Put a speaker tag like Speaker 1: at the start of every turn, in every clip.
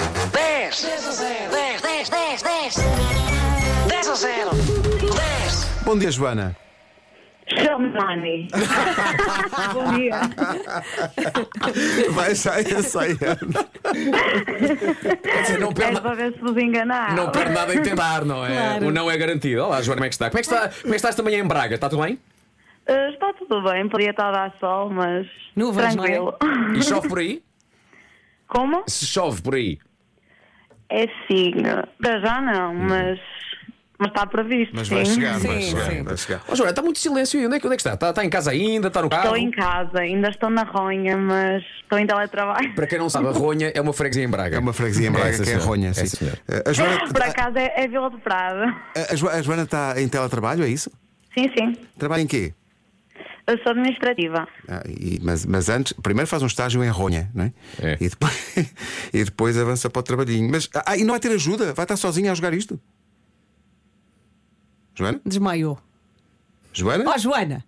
Speaker 1: 10, 10 a 0. 10, 10, 10, 10. 10 a 0. 10.
Speaker 2: Bom dia, Joana.
Speaker 3: Chamane. Bom dia.
Speaker 2: Vai, saia, saia.
Speaker 4: Quer dizer, não
Speaker 3: É
Speaker 4: perde,
Speaker 3: para ver se vos enganar.
Speaker 4: não perde nada em tentar, não é?
Speaker 5: Claro.
Speaker 4: O não é garantido. Olá, Joana, como é que está? Como é que, está, como é que estás também em Braga? Está tudo bem?
Speaker 3: Ah, está tudo bem, podia estar a dar sol, mas
Speaker 5: Nuvens, não é?
Speaker 3: tranquilo.
Speaker 4: E chove por aí?
Speaker 3: Como?
Speaker 4: Se chove por aí.
Speaker 3: É sim. Para já não, mas, mas está previsto.
Speaker 2: Mas
Speaker 3: sim.
Speaker 2: vai chegar,
Speaker 5: Sim,
Speaker 2: vai chegar,
Speaker 5: sim.
Speaker 2: vai chegar.
Speaker 4: Ó, Joana, está muito silêncio aí. Onde é que, onde é que está? está? está em casa ainda? Está no carro?
Speaker 3: Estou em casa, ainda estou na ronha, mas estou em teletrabalho.
Speaker 4: Para quem não sabe, a Ronha é uma freguesia em Braga.
Speaker 2: É uma freguesia em Braga
Speaker 4: sim,
Speaker 2: que é
Speaker 4: senhora.
Speaker 2: ronha.
Speaker 4: É,
Speaker 2: sim.
Speaker 4: sim, senhora.
Speaker 2: Eh, a, Joana,
Speaker 3: Por acaso é, é Vila do Prado.
Speaker 2: a- a Jo- a Joana está em teletrabalho, é isso?
Speaker 3: Sim, sim.
Speaker 2: Trabalha em quê?
Speaker 3: Eu sou administrativa.
Speaker 2: Ah, e- mas, mas antes, primeiro faz um estágio em Ronha, não é?
Speaker 4: É.
Speaker 2: E, depois, e depois avança para o trabalhinho. Mas ah, e não vai ter ajuda? Vai estar sozinha a jogar isto? Joana?
Speaker 5: Desmaiou.
Speaker 2: Joana?
Speaker 5: Ó, Joana!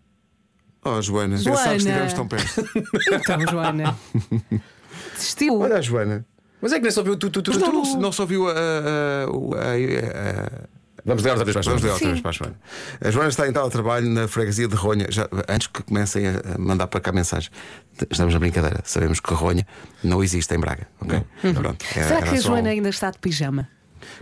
Speaker 2: Oh, Joana,
Speaker 5: Joana.
Speaker 2: pensava que estivemos tão perto.
Speaker 5: Então, Joana. Desistiu.
Speaker 2: Olha a Joana.
Speaker 4: Mas é que nem só viu tu, tu, tu,
Speaker 2: Mas
Speaker 4: tu.
Speaker 2: não, não, não só viu a. a- o- a- a-
Speaker 4: Vamos ligar outra vez para a Joana.
Speaker 2: Vamos ler outra
Speaker 5: Sim.
Speaker 2: vez para a Joana. A Joana está em tal trabalho na freguesia de Ronha. Já, antes que comecem a a mandar para cá mensagem, estamos na brincadeira. Sabemos que Ronha não existe em Braga. ok? Pronto, é-
Speaker 5: Será
Speaker 2: era
Speaker 5: que a
Speaker 2: só
Speaker 5: Joana
Speaker 2: um-
Speaker 5: ainda está de pijama?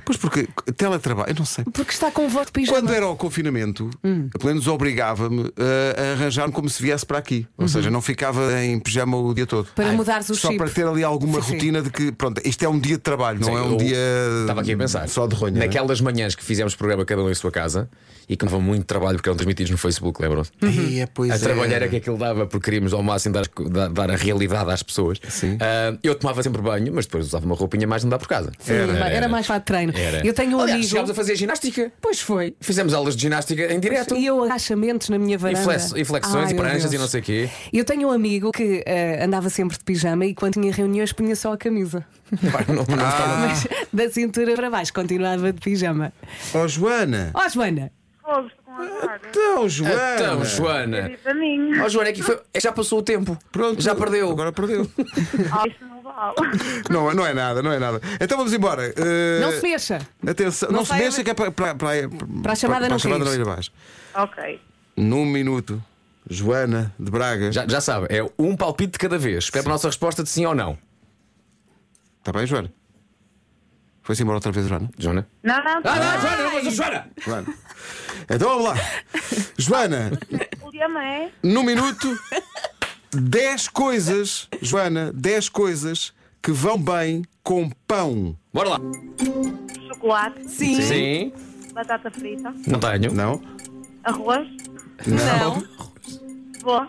Speaker 2: Pois porque teletrabalho, eu não sei.
Speaker 5: Porque está com o voto de pijama.
Speaker 2: Quando é- era o confinamento,
Speaker 5: Hum.
Speaker 2: pelo menos obrigava-me uh, a arranjar-me como se viesse para aqui. Ou seja, não ficava em pijama o dia todo.
Speaker 5: Uhum. Para mudares o
Speaker 2: Só
Speaker 5: chip.
Speaker 2: para ter ali alguma
Speaker 5: Sim, sim.
Speaker 2: rotina de que, pronto, isto é um dia de trabalho, não
Speaker 4: Sim,
Speaker 2: é
Speaker 4: eu
Speaker 2: um dia.
Speaker 4: Estava aqui a pensar.
Speaker 2: Só de ronha. não é?
Speaker 4: Naquelas manhãs que fizemos programa cada um em sua casa e que não dava muito trabalho porque é eram transmitidos no Facebook, lembram-se?
Speaker 5: Uhum.
Speaker 2: Ei, é, pois
Speaker 4: A
Speaker 2: é.
Speaker 4: trabalheira que aquilo dava, porque queríamos ao máximo dar, dar- dar a realidade às pessoas.
Speaker 2: Sim.
Speaker 4: Ah, eu tomava sempre banho, mas depois usava uma roupinha mais de andar por casa.
Speaker 5: Sim, era, mais fácil de treino.
Speaker 4: Era.
Speaker 5: Eu tenho um
Speaker 4: Aliás, chegámos
Speaker 5: amigo.
Speaker 4: a fazer ginástica.
Speaker 5: Pois foi.
Speaker 4: Fizemos aulas de ginástica em direto.
Speaker 5: E eu agachamentos na minha varanda.
Speaker 4: E flex- e flexões,
Speaker 5: Ai,
Speaker 4: e
Speaker 5: meu
Speaker 4: pranchas,
Speaker 5: Deus.
Speaker 4: e não sei quê.
Speaker 5: Eu tenho um amigo que eh, andava sempre de pijama e quando tinha reuniões punha só a camisa.
Speaker 4: Pá, não- não estava-
Speaker 5: Mas da cintura para baixo continuava de pijama.
Speaker 2: Oh, Joana!
Speaker 5: Ó, Joana!
Speaker 3: Fogo, com a cara.
Speaker 2: Então, Joana!
Speaker 4: Então, Joana.
Speaker 3: E Para mim.
Speaker 4: Ó, Joana, é que foi- é que já passou o tempo.
Speaker 2: Pronto,
Speaker 4: Já perdeu.
Speaker 2: Agora perdeu.
Speaker 3: Ah, isso não vale.
Speaker 2: não, não é nada, não é nada. Então vamos embora. Eh,
Speaker 5: Não se mexa!
Speaker 2: Atenção, não,
Speaker 5: Não
Speaker 2: se
Speaker 5: saia-
Speaker 2: mexa que é para, para, para,
Speaker 5: Para a chamada
Speaker 2: para
Speaker 5: não
Speaker 2: a chamada não
Speaker 5: cair.
Speaker 2: ir abaixo.
Speaker 3: Ok.
Speaker 2: Num minuto, Joana de Braga.
Speaker 4: Já, já sabe, é um palpite de cada vez. Espera a nossa resposta de sim ou não.
Speaker 2: Está bem, Joana? Foi-se embora outra vez, Joana?
Speaker 4: Joana?
Speaker 3: Não, não, tá
Speaker 4: Ah, não, Joana, não, mas Joana!
Speaker 2: Joana. Então vamos lá. Joana,
Speaker 3: o diama é.
Speaker 2: num minuto, 10 coisas, Joana, 10 coisas que vão bem com pão.
Speaker 4: Bora lá.
Speaker 3: Chocolate,
Speaker 5: Sim!
Speaker 4: Sim.
Speaker 3: batata frita,
Speaker 4: Não tenho.
Speaker 2: Não?
Speaker 3: arroz,
Speaker 5: Não!
Speaker 3: boa,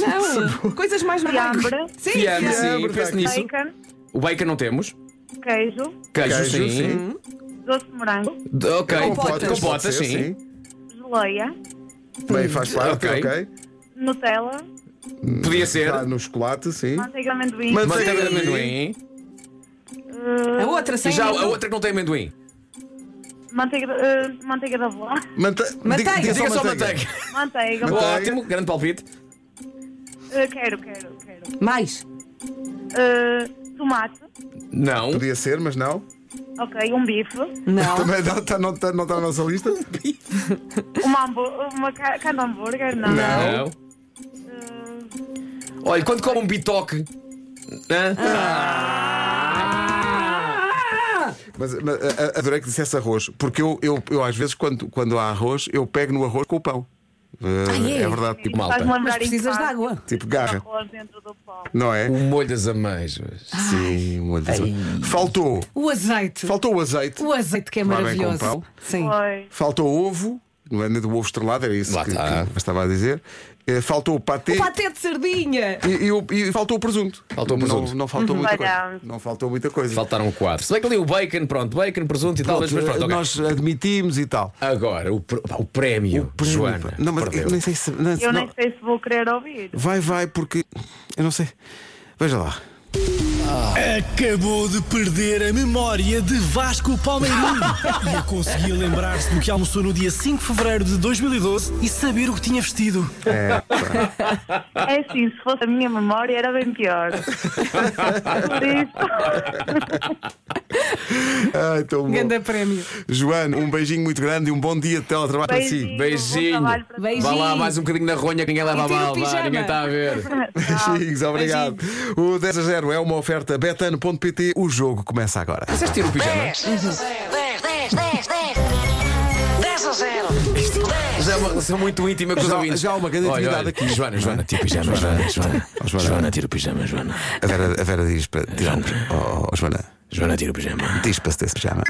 Speaker 5: Não! Coisas mais normais.
Speaker 3: Fiambre.
Speaker 5: Sim!
Speaker 4: Fiambre,
Speaker 5: fiambre.
Speaker 4: sim,
Speaker 2: Fiambre,
Speaker 4: penso
Speaker 2: tá.
Speaker 4: nisso.
Speaker 3: bacon,
Speaker 4: O bacon não temos.
Speaker 3: queijo,
Speaker 4: Queijo,
Speaker 2: Queijo,
Speaker 4: sim.
Speaker 2: É sim.
Speaker 3: doce de morango,
Speaker 4: D- Ok,
Speaker 5: Compotas.
Speaker 4: compotas,
Speaker 2: pode ser,
Speaker 4: sim.
Speaker 3: geleia,
Speaker 2: Bem, faz parte,
Speaker 4: Ok.
Speaker 2: ok.
Speaker 3: Nutella,
Speaker 4: Podia ser.
Speaker 2: Está no chocolate, sim.
Speaker 3: manteiga de amendoim, eh,
Speaker 2: Mas-
Speaker 4: Manteiga de amendoim.
Speaker 5: A É outra
Speaker 4: E
Speaker 5: sem.
Speaker 4: já
Speaker 5: amendoim.
Speaker 4: a outra que não tem amendoim.
Speaker 3: manteiga, de- eh, manteiga de avó,
Speaker 2: Mante-
Speaker 5: Manteiga.
Speaker 4: Diga só manteiga.
Speaker 3: manteiga,
Speaker 2: É Manteiga.
Speaker 4: Ótimo, grande palpite.
Speaker 3: Eh, quero, quero, quero,
Speaker 5: Mais!
Speaker 3: Eh, tomate,
Speaker 4: Não.
Speaker 2: Podia ser, mas não.
Speaker 3: ok, um bife,
Speaker 5: Não!
Speaker 2: Também não está não, tá- não tá na nossa lista.
Speaker 3: uma, hambú- uma ca- cana de hambúrguer, não,
Speaker 4: Não.
Speaker 3: Eh,
Speaker 4: Olha, quando come um bitoque. hã?
Speaker 5: Ah.
Speaker 2: Mas, mas, a- a- adorei que dissesse arroz, porque eu, eu, eu às vezes, quando, quando há arroz, eu pego no arroz com o pão. Eh,
Speaker 5: Ah, é?
Speaker 2: verdade, tipo,
Speaker 4: Malta.
Speaker 3: faz-me lembrar
Speaker 5: Mas
Speaker 3: em
Speaker 5: precisas de
Speaker 3: casa,
Speaker 5: água.
Speaker 2: tipo garra,
Speaker 3: arroz dentro do pão.
Speaker 2: não é?
Speaker 4: O molho das ameixas.
Speaker 2: Sim, molho de azeite. Faltou,
Speaker 5: O azeite.
Speaker 2: faltou o azeite,
Speaker 5: O azeite que é
Speaker 2: Vai bem com
Speaker 5: maravilhoso.
Speaker 2: pão.
Speaker 5: Sim.
Speaker 3: Pois.
Speaker 2: faltou o ovo, não é nem do ovo estrelado, era isso
Speaker 4: Lá
Speaker 2: que,
Speaker 4: está.
Speaker 2: que estava a dizer. Eh, faltou o patê.
Speaker 5: O patê de sardinha.
Speaker 2: E, e o- e faltou o presunto.
Speaker 4: Faltou o presunto.
Speaker 2: Não, não faltou muita coisa.
Speaker 3: Olha.
Speaker 2: Não faltou muita coisa.
Speaker 4: Faltaram quatro. Se bem que ali o bacon, pronto, bacon, presunto e tal, mas mas pronto, ok.
Speaker 2: Nós admitimos e tal.
Speaker 4: Agora, o, pr- pá, o prémio,
Speaker 2: Prémio,
Speaker 4: Joana.
Speaker 2: pá. Não, mas
Speaker 4: perdeu.
Speaker 2: eu nem sei se. não-
Speaker 3: Eu nem
Speaker 2: não-
Speaker 3: sei se vou querer ouvir.
Speaker 2: Vai, vai, porque. Eu não sei. Veja lá.
Speaker 6: Acabou de perder a memória de Vasco Palmeirinho. e a conseguia lembrar-se do que almoçou no dia 5 de fevereiro de 2012 e saber o que tinha vestido.
Speaker 3: É assim, se fosse a minha memória era bem pior. Por isso.
Speaker 2: Ai, tão bom.
Speaker 5: Ganda prémio.
Speaker 2: Joana, um beijinho muito grande e um bom dia de teletrabalho para si.
Speaker 3: Beijinho, bom
Speaker 4: Beijinho.
Speaker 3: trabalho para
Speaker 5: Beijinho.
Speaker 4: Vá lá mais um bocadinho na ronha que ninguém leva
Speaker 5: E
Speaker 4: a
Speaker 5: tira o
Speaker 4: mal. Vá,
Speaker 5: pijama.
Speaker 4: ninguém está a ver.
Speaker 2: Beijinhos, obrigado. O 10 a 0 é uma oferta betano.pt. O jogo começa agora.
Speaker 4: Vocês tiram o
Speaker 2: É.
Speaker 4: pijama?
Speaker 1: 10 a 0. 10, 10, 10, 10. 10 a 0. 10.
Speaker 4: Já é uma relação muito íntima com os
Speaker 2: Já-
Speaker 4: ouvintes.
Speaker 2: já há uma grande
Speaker 4: Olha,
Speaker 2: intimidade
Speaker 4: olha,
Speaker 2: aqui.
Speaker 4: Joana, Joana, tira o pijama, Joana. Joana,
Speaker 2: Ó, Joana.
Speaker 4: Joana, tira o pijama, Joana.
Speaker 2: A Vera, a Vera diz para. Tirar,
Speaker 4: Joana.
Speaker 2: oh, oh, Joana,
Speaker 4: Joana, tira o pijama.
Speaker 2: diz para se ter esse pijama.